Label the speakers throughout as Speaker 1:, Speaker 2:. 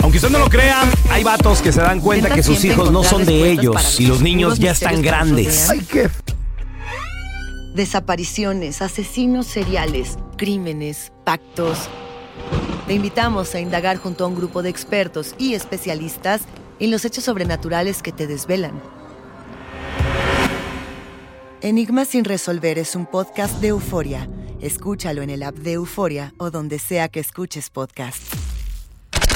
Speaker 1: Aunque usted no lo crea, hay vatos que se dan cuenta
Speaker 2: Intentan
Speaker 1: que sus
Speaker 2: siempre
Speaker 1: hijos no son de
Speaker 2: encontrar respuestas
Speaker 1: ellos
Speaker 2: para
Speaker 1: y los
Speaker 2: los
Speaker 1: niños ya
Speaker 2: misterios
Speaker 1: están
Speaker 2: que nos
Speaker 1: grandes.
Speaker 2: rodean.
Speaker 1: qué.
Speaker 2: Desapariciones, asesinos seriales, crímenes, pactos. Te invitamos a indagar junto a un grupo de expertos y especialistas en los hechos sobrenaturales que te desvelan. Enigma sin resolver es un podcast de euforia. Escúchalo en el app de Euforia o donde sea que escuches podcast.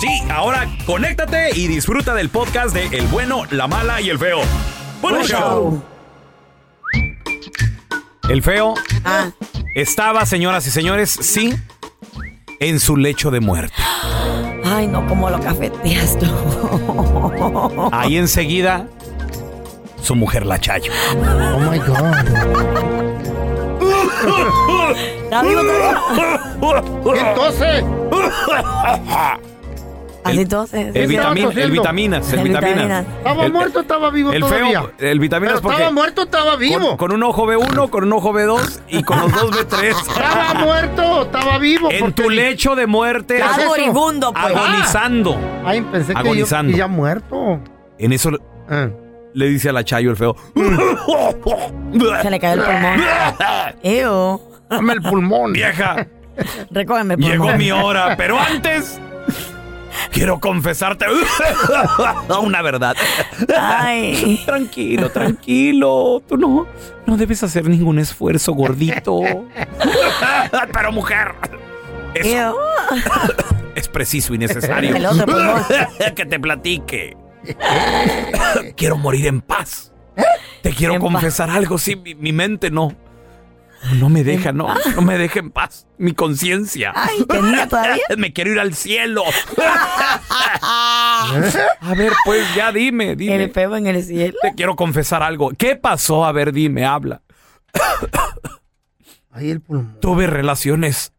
Speaker 1: Sí, ahora conéctate y disfruta del podcast de El bueno, la mala y el feo. Buen
Speaker 3: Buen
Speaker 1: show. El feo
Speaker 4: Ah.
Speaker 1: estaba, señoras y señores, sí, en su lecho de muerte.
Speaker 4: Ay, no, como lo cafeteas tú.
Speaker 1: Ahí enseguida, su mujer la chayo.
Speaker 3: Oh my God.
Speaker 4: La vivo
Speaker 3: Entonces,
Speaker 4: Así entonces.
Speaker 1: El, vitamina, el
Speaker 3: tosiendo.
Speaker 1: vitaminas, el
Speaker 4: El
Speaker 1: vitaminas.
Speaker 4: vitaminas.
Speaker 3: estaba
Speaker 1: El-
Speaker 3: muerto, estaba vivo
Speaker 1: El
Speaker 3: todavía.
Speaker 1: feo, el vitaminas
Speaker 3: Pero
Speaker 1: porque
Speaker 3: estaba muerto, estaba
Speaker 1: con,
Speaker 3: vivo.
Speaker 1: con un ojo ve 1 con un ojo ve 2 y con los dos ve 3
Speaker 3: Estaba
Speaker 1: Ah.
Speaker 3: muerto, estaba vivo.
Speaker 1: En
Speaker 3: porque-
Speaker 1: tu lecho de muerte,
Speaker 3: ¿Qué haces?
Speaker 4: Estás
Speaker 3: eso?
Speaker 4: moribundo, pues.
Speaker 1: agonizando.
Speaker 3: Ay, pensé que yo-
Speaker 1: Agonizando.
Speaker 3: que ya muerto.
Speaker 1: En eso le-
Speaker 3: Ah.
Speaker 1: le dice a la Chayo el feo.
Speaker 4: Se le cayó el pulmón. Ew.
Speaker 3: Dame el pulmón.
Speaker 1: Vieja,
Speaker 4: Recógeme el pulmón.
Speaker 1: llegó mi hora, pero antes quiero confesarte una verdad.
Speaker 4: Ay.
Speaker 1: Tranquilo, tranquilo. Tú no, no debes hacer ningún esfuerzo, gordito. Pero mujer, es,
Speaker 4: Ew.
Speaker 1: es preciso y necesario
Speaker 4: El otro, por
Speaker 1: que te platique. Quiero morir en paz. Te quiero
Speaker 4: En paz.
Speaker 1: confesar algo, sí, mi, mi mente no. No me deja, no, no me deja en paz. Mi conciencia.
Speaker 4: Ay, ¿tenía todavía?
Speaker 1: Me quiero ir al cielo. A ver, pues ya dime, dime.
Speaker 4: ¿Eh? El peo en el cielo.
Speaker 1: Te quiero confesar algo. ¿Qué pasó? A ver, dime, habla.
Speaker 3: Ahí el pulmón.
Speaker 1: Tuve relaciones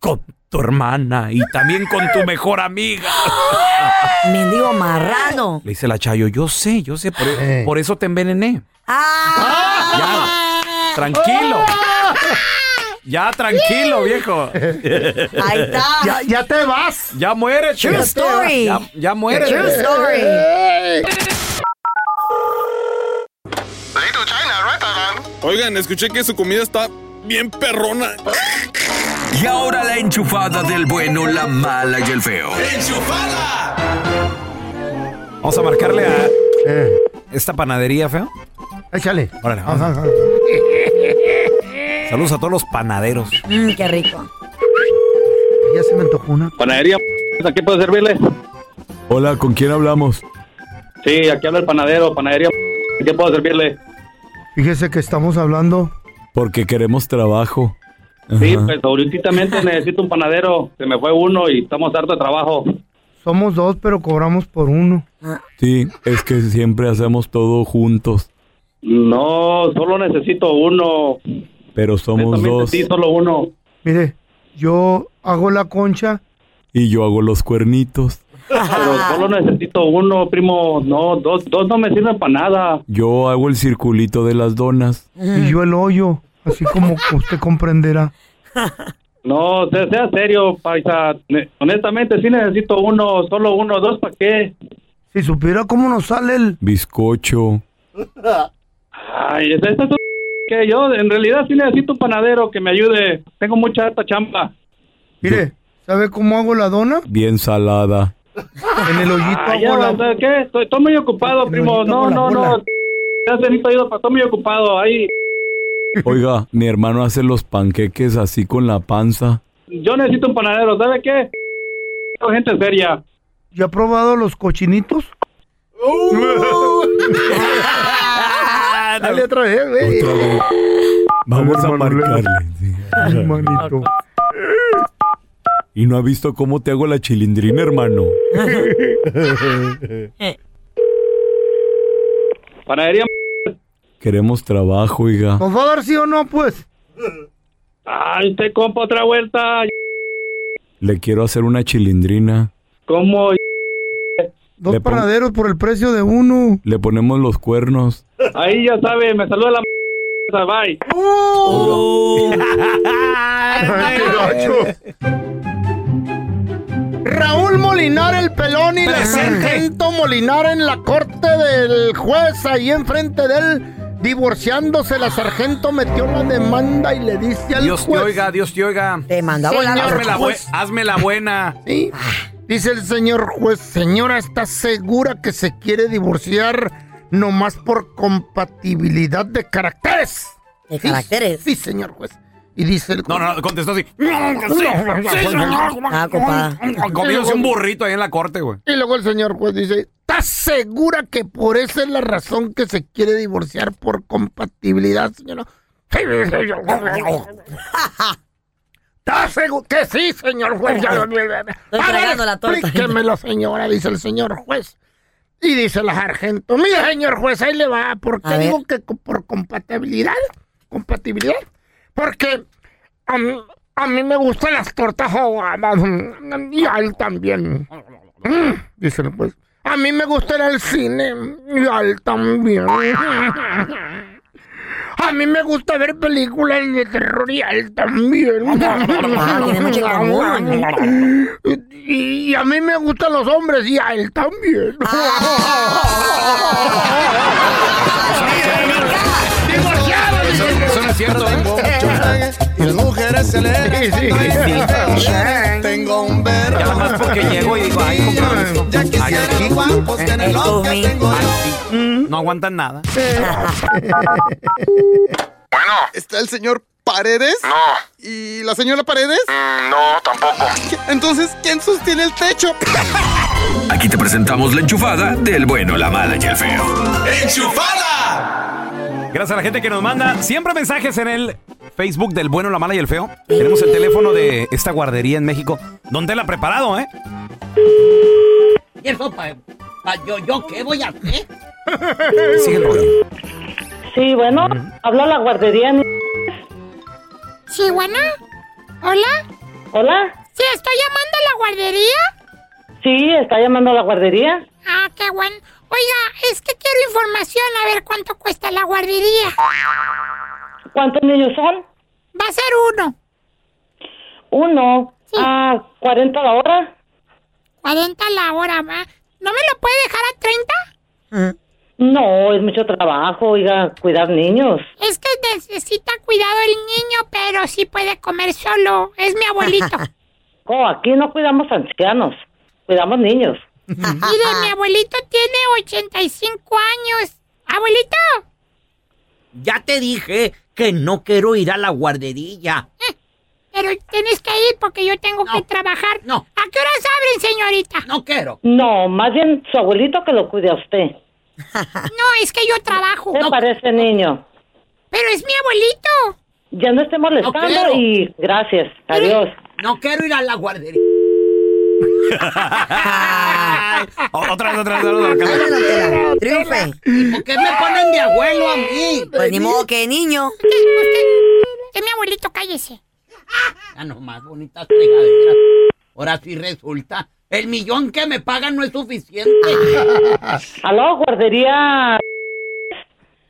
Speaker 1: con tu hermana y también con tu mejor amiga.
Speaker 4: Mendigo marrano.
Speaker 1: Le dice la Chayo, yo sé, yo sé, por, e-,
Speaker 3: Eh.
Speaker 1: por eso te envenené.
Speaker 4: Ah.
Speaker 1: Ya, tranquilo.
Speaker 5: Oh.
Speaker 1: Ya, tranquilo, viejo.
Speaker 4: Ahí está.
Speaker 3: Ya, ya te vas.
Speaker 1: Ya muere,
Speaker 4: True story.
Speaker 1: Ya, ya muere.
Speaker 4: True story.
Speaker 6: Oigan, escuché que su comida está bien perrona.
Speaker 7: Y ahora la enchufada del bueno, la mala y el feo.
Speaker 1: Vamos a marcarle a esta panadería, feo.
Speaker 3: Eh. Échale.
Speaker 1: Órale,
Speaker 3: Ajá,
Speaker 1: vamos.
Speaker 3: ajá.
Speaker 1: Saludos a todos los panaderos.
Speaker 4: Mm, qué rico.
Speaker 3: Ya se me antojó una.
Speaker 8: Panadería, ¿a qué puedo servirle?
Speaker 7: Hola, ¿con quién hablamos?
Speaker 8: Sí, aquí habla el panadero, panadería, ¿a qué puedo servirle?
Speaker 3: Fíjese que estamos hablando.
Speaker 7: Porque queremos trabajo.
Speaker 8: Sí, pues ahorita necesito un panadero, se me fue uno y estamos harto de trabajo.
Speaker 3: Somos dos, pero cobramos por uno.
Speaker 7: Sí, es que siempre hacemos todo juntos,
Speaker 8: No, solo necesito uno.
Speaker 7: pero somos
Speaker 8: Netamente,
Speaker 7: dos
Speaker 8: Sí, solo uno.
Speaker 3: Mire, yo hago la concha.
Speaker 7: y yo hago los cuernitos.
Speaker 8: Pero solo necesito uno, primo. No, dos, dos no me sirven para nada.
Speaker 7: Yo hago el circulito de las donas.
Speaker 1: Mm.
Speaker 3: y yo el hoyo, así como usted comprenderá.
Speaker 8: No, sea, sea serio, paisa. Ne- Honestamente, sí necesito uno, solo uno, dos, ¿para qué?
Speaker 3: Si supiera cómo nos sale el...
Speaker 7: Bizcocho.
Speaker 8: Ay, es- esto es un- que yo en realidad sí necesito un panadero que me ayude. Tengo mucha harta chamba.
Speaker 3: Mire, ¿sabe cómo hago la dona?
Speaker 7: Bien salada.
Speaker 3: En el hoyito
Speaker 8: Ah, ya,
Speaker 3: hago la...
Speaker 8: ¿sabes ¿Qué? Estoy, estoy muy ocupado,
Speaker 3: Pero
Speaker 8: primo.
Speaker 3: ahorita
Speaker 8: No,
Speaker 3: con la
Speaker 8: no, no.
Speaker 3: bola.
Speaker 8: Ya se necesito ayuda, pa- estoy muy ocupado. Ahí,
Speaker 7: Oiga, mi hermano hace los panqueques así con la panza.
Speaker 8: yo necesito un panadero. ¿Sabe qué? Tengo gente seria.
Speaker 3: ¿Ya ha probado los cochinitos? Dale otra vez, güey.
Speaker 7: Otra vez. Vamos a
Speaker 3: hermano,
Speaker 7: marcarle.
Speaker 3: Ay, manito.
Speaker 7: Y no ha visto cómo te hago la chilindrina, hermano.
Speaker 8: Panadería.
Speaker 7: Queremos trabajo, oiga.
Speaker 3: ¿Nos va a dar sí o no, pues?
Speaker 8: Ay, usted compa otra vuelta.
Speaker 7: Le quiero hacer una chilindrina.
Speaker 8: ¿Cómo?
Speaker 3: Dos
Speaker 7: Le pon-
Speaker 3: panaderos por el precio de uno.
Speaker 7: Le ponemos los cuernos.
Speaker 8: Ahí ya sabe, me saluda la bye.
Speaker 3: Raúl Molinar el pelón y la
Speaker 1: Presente.
Speaker 3: sargento Molinar en la corte del juez, ahí enfrente de él, divorciándose, la sargento metió la demanda y le dice al
Speaker 1: Dios te
Speaker 3: juez,
Speaker 1: oiga, Dios te oiga.
Speaker 4: Te mandó a volar.
Speaker 1: Hazme la,
Speaker 4: la-
Speaker 1: bue- hazme la buena.
Speaker 3: ¿sí? dice el señor juez, señora, ¿está segura que se quiere divorciar nomás por compatibilidad de caracteres?
Speaker 4: De caracteres.
Speaker 3: Sí, señor juez. Y dice el
Speaker 1: No, no, no, contestó así. Sí, sí, señor.
Speaker 4: Ah, compa.
Speaker 1: Comiéndose un burrito ahí en la corte, güey.
Speaker 3: Y luego el señor juez dice, ¿estás segura que por esa es la razón que se quiere divorciar por compatibilidad, señora? Sí, señor juez. ¿Estás seguro? Que sí, señor juez. Ya lo- A ver,
Speaker 4: tragando la torta.
Speaker 3: Explíquemelo, señora, dice el señor juez. Y dice la sargento, mire, señor juez, ahí le va. ¿Por qué
Speaker 4: A ver.
Speaker 3: digo que co- por compatibilidad? ¿Compatibilidad? Porque a mí, a mí me gustan las tortas ahogadas mm, y a él también. Mm, Dice el juez. A mí me gusta ir al cine y a él también. A mí me gusta ver películas de terror y a él también.
Speaker 4: Wow, tiene mucho en común.
Speaker 3: Y, y a mí me gustan los hombres y a él también. ¡Divorciado! dice el juez.
Speaker 1: Eso no es cierto, ¿eh?
Speaker 3: Sí, sí.
Speaker 1: Ya nada más porque llego y digo, ay, compromiso. Ay, aquí, Eh,
Speaker 4: El Guzmín.
Speaker 1: ay, sí. No aguantan nada.
Speaker 9: ¿Está el señor Paredes? No. ¿Y la señora Paredes? no, tampoco. Entonces, ¿quién sostiene el techo?
Speaker 10: Aquí te presentamos la enchufada del bueno, la mala y el feo. ¡Enchufada!
Speaker 1: Gracias a la gente que nos manda siempre mensajes en el Facebook del bueno, la mala y el feo. Tenemos el teléfono de esta guardería en México. ¿Dónde la ha preparado, eh?
Speaker 11: yo, yo qué voy a hacer?
Speaker 1: Sigue el rollo.
Speaker 11: Sí, bueno, habla la guardería.
Speaker 5: Sí, bueno. Hola.
Speaker 11: Hola.
Speaker 5: Sí, estoy llamando a la guardería.
Speaker 11: Sí, está llamando a la guardería.
Speaker 5: Ah, qué bueno. Oiga, es que quiero información a ver cuánto cuesta la guardería.
Speaker 11: ¿Cuántos niños son?
Speaker 5: Va a ser uno.
Speaker 11: Uno. Ah, 40 la hora.
Speaker 5: 40 la hora, ¿va? ¿No me lo puede dejar a 30?
Speaker 11: No, es mucho trabajo, oiga, cuidar niños.
Speaker 5: Es que necesita cuidado el niño, pero sí puede comer solo. Es mi abuelito.
Speaker 11: Oh, aquí no cuidamos ancianos, cuidamos niños.
Speaker 5: Mire, mi abuelito tiene 85 años. Abuelito,
Speaker 11: Ya te dije que no quiero ir a la guardería.
Speaker 5: pero tienes que ir porque yo tengo que trabajar.
Speaker 11: no.
Speaker 5: ¿A qué horas abren, señorita?
Speaker 11: No quiero. No, más bien su abuelito que lo cuide a usted.
Speaker 5: No, es que yo trabajo.
Speaker 11: ¿Qué parece, niño?
Speaker 5: Pero es mi abuelito.
Speaker 11: Ya no esté molestando
Speaker 5: quiero.
Speaker 11: y gracias. Adiós.
Speaker 5: No quiero ir a la guardería.
Speaker 1: O- Otra vez, otra vez, otra vez.
Speaker 4: Ándale, don Tela. Triunfe.
Speaker 5: ¿Por qué me ponen de abuelo a mí?
Speaker 4: Pues ni modo que niño.
Speaker 5: Es mi abuelito, cállese.
Speaker 11: Ah, no, más bonitas fregaderas. Ahora sí resulta. El millón que me pagan no es suficiente. Aló, guardería.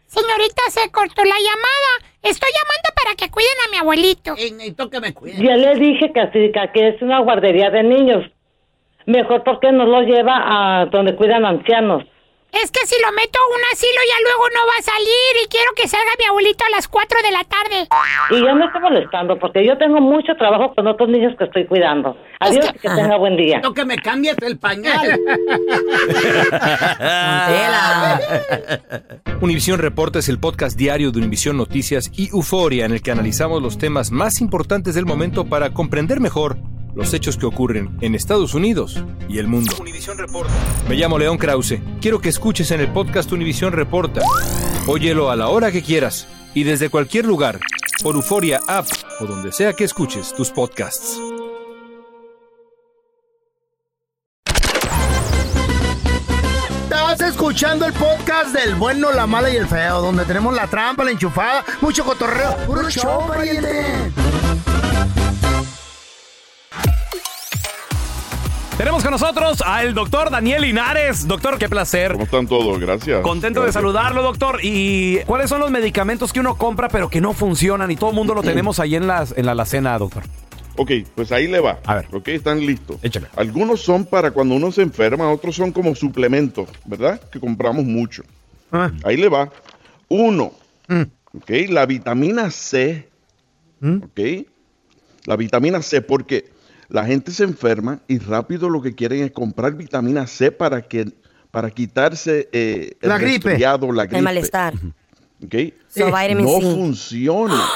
Speaker 5: Señorita, se cortó la llamada. Estoy llamando para que cuiden a mi abuelito.
Speaker 11: necesito que me cuiden. Ya le dije que así, que aquí es una guardería de niños. Mejor porque nos lo lleva a donde cuidan ancianos.
Speaker 5: Es que si lo meto a un asilo ya luego no va a salir y quiero que salga mi abuelito a las 4 de la tarde.
Speaker 11: Y ya me estoy molestando porque yo tengo mucho trabajo con otros niños que estoy cuidando. Adiós,
Speaker 5: que-
Speaker 11: que, tenga buen día.
Speaker 5: que me cambies el pañal.
Speaker 4: Tela.
Speaker 10: Univisión Reporta es el podcast diario de Univisión Noticias y Euforia en el que analizamos los temas más importantes del momento para comprender mejor los hechos que ocurren en Estados Unidos y el mundo. Me llamo León Krause. Quiero que escuches en el podcast Univisión Reporta. Óyelo a la hora que quieras y desde cualquier lugar por Euforia app o donde sea que escuches tus podcasts.
Speaker 3: escuchando el podcast del bueno, la mala y el feo, donde tenemos la trampa, la enchufada, mucho cotorreo. ¡Puro show, pariente!
Speaker 1: Tenemos con nosotros al doctor Daniel Linares. Doctor, qué placer.
Speaker 12: ¿Cómo están todos? Gracias.
Speaker 1: Contento
Speaker 12: Gracias.
Speaker 1: de saludarlo, doctor. ¿Y cuáles son los medicamentos que uno compra pero que no funcionan? Y todo el mundo lo tenemos ahí en, las, en la alacena, doctor.
Speaker 12: Ok, pues ahí le va. A ver. Ok, están listos. Échale. Algunos son para cuando uno se enferma, otros son como suplementos, ¿verdad? Que compramos mucho. Ahí le va. Uno, ok, la vitamina C. Ok, la vitamina C, porque la gente se enferma y rápido lo que quieren es comprar vitamina C para que para quitarse eh, el
Speaker 4: La gripe.
Speaker 12: resfriado, la gripe.
Speaker 4: El malestar.
Speaker 12: Ok.
Speaker 4: So, vitamin
Speaker 12: no
Speaker 4: C.
Speaker 12: funciona.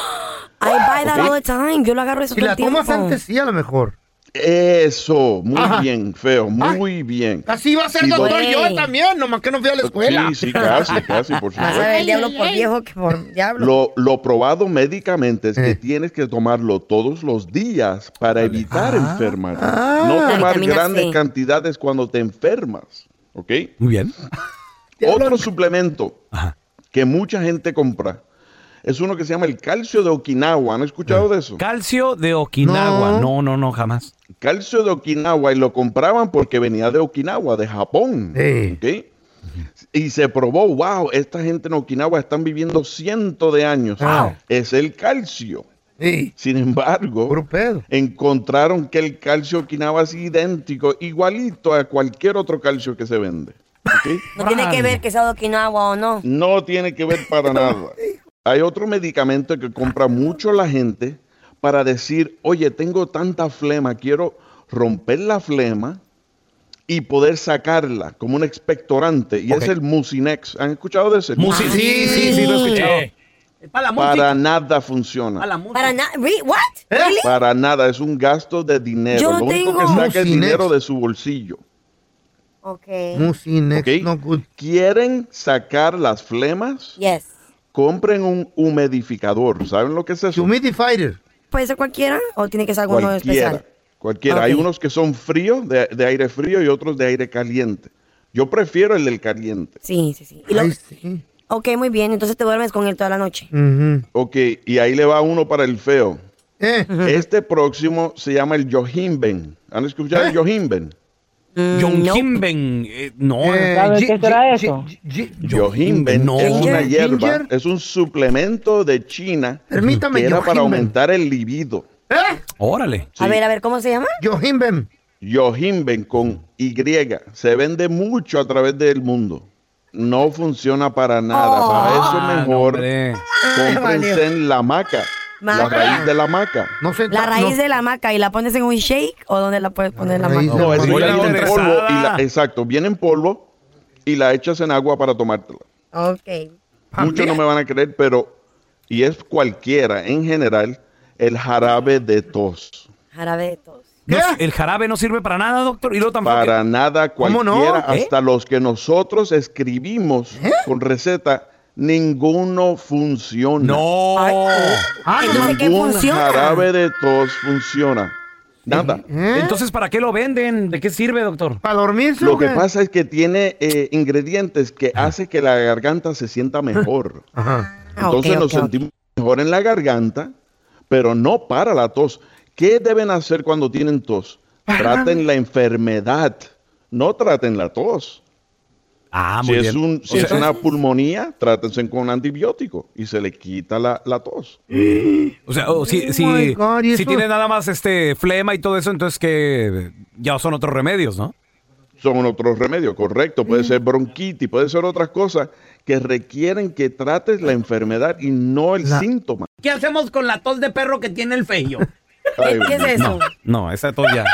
Speaker 4: I buy that
Speaker 12: Ok.
Speaker 4: all the time. Yo lo agarro eso
Speaker 12: Si
Speaker 4: todo
Speaker 12: la
Speaker 4: el tiempo.
Speaker 12: tomas antes,
Speaker 3: Sí, a lo mejor.
Speaker 12: Eso, muy
Speaker 3: Ajá.
Speaker 12: bien, feo, muy bien.
Speaker 3: Así va a ser,
Speaker 12: Sí,
Speaker 3: doctor,
Speaker 12: doc-
Speaker 3: yo también, nomás que no fui a la escuela.
Speaker 12: Sí, sí, casi, casi, por
Speaker 4: Más sabe el
Speaker 12: supuesto.
Speaker 4: diablo por viejo que por diablo.
Speaker 12: Lo, lo probado médicamente es que
Speaker 3: Eh.
Speaker 12: tienes que tomarlo todos los días para evitar enfermar.
Speaker 4: Ah.
Speaker 12: no
Speaker 4: La
Speaker 12: tomar
Speaker 4: vitamina
Speaker 12: grandes
Speaker 4: C.
Speaker 12: cantidades cuando te enfermas. ¿Ok? Muy bien. Otro suplemento que mucha gente compra es uno que se llama el calcio de Okinawa. ¿Han
Speaker 3: Eh.
Speaker 12: escuchado de eso?
Speaker 1: Calcio de Okinawa. No, no, no, jamás.
Speaker 12: calcio de Okinawa y lo compraban porque venía de Okinawa, de Japón. ¿ok? Y se probó, wow, esta gente en Okinawa están viviendo cientos de años. Es el calcio. Sin embargo, encontraron que el calcio de Okinawa es idéntico, igualito a cualquier otro calcio que se vende. ¿ok?
Speaker 4: No tiene que ver que sea de Okinawa o no.
Speaker 12: No tiene que ver para nada. Hay otro medicamento que compra mucho la gente para decir, oye, tengo tanta flema, quiero romper la flema y poder sacarla como un expectorante. Y es el Mucinex. ¿Han escuchado de ese?
Speaker 1: Muci- sí, sí, sí, lo he escuchado.
Speaker 11: Para la
Speaker 12: Para
Speaker 11: música.
Speaker 12: nada funciona.
Speaker 11: Para la música.
Speaker 4: Para nada. ¿What? Really?
Speaker 12: Para nada, es un gasto de dinero.
Speaker 4: Yo no
Speaker 12: lo único que
Speaker 4: tengo-
Speaker 12: saca es
Speaker 4: Mucinex.
Speaker 12: dinero de su bolsillo.
Speaker 4: Ok.
Speaker 12: ¿ok? ¿Quieren sacar las flemas?
Speaker 4: Yes.
Speaker 12: compren un humidificador. ¿Saben lo que es eso? Humidifier.
Speaker 4: ¿Puede ser cualquiera o tiene que ser alguno
Speaker 12: Cualquiera.
Speaker 4: especial?
Speaker 12: Cualquiera.
Speaker 4: Ok.
Speaker 12: Hay unos que son fríos, de, de aire frío, y otros de aire caliente. Yo prefiero el del caliente.
Speaker 4: Sí, sí, sí. Y lo- Ok, muy bien. Entonces te duermes con él toda la noche.
Speaker 12: Ok, y ahí le va uno para el feo.
Speaker 1: Eh.
Speaker 12: Este próximo se llama el Yohimben. ¿Han escuchado
Speaker 1: Eh.
Speaker 12: el Yohimben?
Speaker 1: Yohimben, Mm, eh, no.
Speaker 12: ¿Sabe qué será
Speaker 1: eso?
Speaker 12: Yohimben
Speaker 1: no.
Speaker 12: es una
Speaker 1: Ginger,
Speaker 12: hierba,
Speaker 1: ginger.
Speaker 12: es un suplemento de China
Speaker 4: Permítame,
Speaker 12: que era para
Speaker 4: Yohimben.
Speaker 12: aumentar el libido.
Speaker 1: Eh.
Speaker 12: Órale.
Speaker 4: A ver, a ver, ¿cómo se llama?
Speaker 12: Yohimben. Yohimben con Y. Se vende mucho a través del mundo. No funciona para nada.
Speaker 4: Oh.
Speaker 12: para eso
Speaker 4: Ah,
Speaker 12: es mejor
Speaker 4: valió.
Speaker 12: cómprense en la maca. La
Speaker 4: Maca.
Speaker 12: raíz de la maca.
Speaker 4: La raíz de la maca y la pones en un shake o dónde la puedes poner la maca.
Speaker 12: No, es que
Speaker 1: Muy
Speaker 12: viene en
Speaker 1: interesada.
Speaker 12: polvo. y la- exacto, viene en polvo y la echas en agua para tomártela.
Speaker 4: Ok.
Speaker 12: Muchos no me van a creer, pero, y es cualquiera en general, el jarabe de tos.
Speaker 4: Jarabe de tos.
Speaker 1: No, el jarabe no sirve para nada, doctor. Y lo tampoco.
Speaker 12: Para nada
Speaker 1: ¿Cómo
Speaker 12: cualquiera,
Speaker 1: no? ¿Eh?
Speaker 12: hasta los que nosotros escribimos con receta, ninguno funciona. No.
Speaker 1: entonces, ¿qué
Speaker 12: Ningún
Speaker 1: funciona? Eh,
Speaker 12: jarabe de tos funciona. Nada.
Speaker 1: Entonces, ¿para qué lo venden? ¿De qué sirve, doctor?
Speaker 3: ¿Eh? Para dormirse.
Speaker 12: Lo que pasa es que tiene eh, ingredientes que
Speaker 1: Ah.
Speaker 12: hace que la garganta se sienta mejor.
Speaker 3: Ah,
Speaker 12: Entonces
Speaker 3: ok, ok,
Speaker 12: nos
Speaker 3: ok.
Speaker 12: sentimos mejor en la garganta, pero no para la tos. ¿Qué deben hacer cuando tienen tos? Traten la enfermedad, no traten la tos.
Speaker 1: Ah,
Speaker 12: si
Speaker 1: muy
Speaker 12: es,
Speaker 1: bien.
Speaker 12: un- si
Speaker 1: O
Speaker 12: es
Speaker 1: sea-
Speaker 12: una pulmonía, trátense con un antibiótico y se le quita la, la tos.
Speaker 1: O sea, oh, o
Speaker 3: Oh
Speaker 1: si, si,
Speaker 12: my God, ¿y
Speaker 1: si
Speaker 12: eso?
Speaker 1: tiene nada más este flema y todo eso, entonces que ya son otros remedios, ¿no?
Speaker 12: Son otros remedios, correcto. Puede ser bronquitis, puede ser otras cosas que requieren que trates la enfermedad y no el síntoma.
Speaker 11: ¿Qué hacemos con la tos de perro que tiene el feyo?
Speaker 12: Ay,
Speaker 11: ¿Qué es
Speaker 12: no,
Speaker 11: eso?
Speaker 1: No, esa tos ya.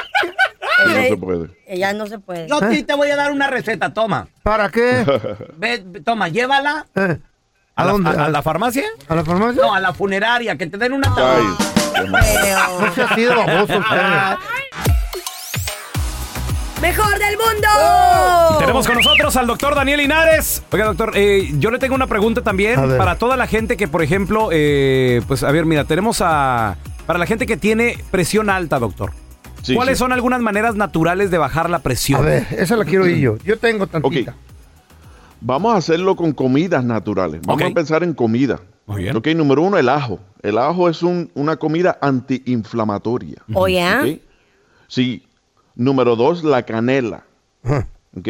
Speaker 12: no se puede.
Speaker 4: Ella no se puede.
Speaker 11: Yo sí te voy a dar una receta, toma.
Speaker 3: ¿Eh? ¿Para qué? ¿Eh?
Speaker 11: Ve, toma, llévala.
Speaker 1: ¿A, dónde? ¿A, a la farmacia?
Speaker 3: ¿A la farmacia?
Speaker 11: No, a la funeraria, que te den una
Speaker 12: Ay,
Speaker 3: No se ha sido baboso usted.
Speaker 4: ¡Mejor del mundo!
Speaker 11: Oh.
Speaker 1: Tenemos con nosotros al doctor Daniel Linares. Oiga, doctor, eh, yo le tengo una pregunta también
Speaker 10: A ver.
Speaker 1: para toda la gente que, por ejemplo, eh, pues a ver, mira, tenemos a... Para la gente que tiene presión alta, doctor.
Speaker 12: Sí,
Speaker 1: ¿Cuáles
Speaker 12: sí.
Speaker 1: son algunas maneras naturales de bajar la presión?
Speaker 3: A ver, esa la quiero ir yo. Yo tengo tantita.
Speaker 12: Vamos a hacerlo con comidas naturales. Vamos a pensar en comida. Ok, número uno, el ajo. El ajo es un- una comida antiinflamatoria.
Speaker 4: Oh, yeah?
Speaker 12: ¿ok? Sí. Número dos, la canela.
Speaker 11: Ah.
Speaker 12: ¿Ok?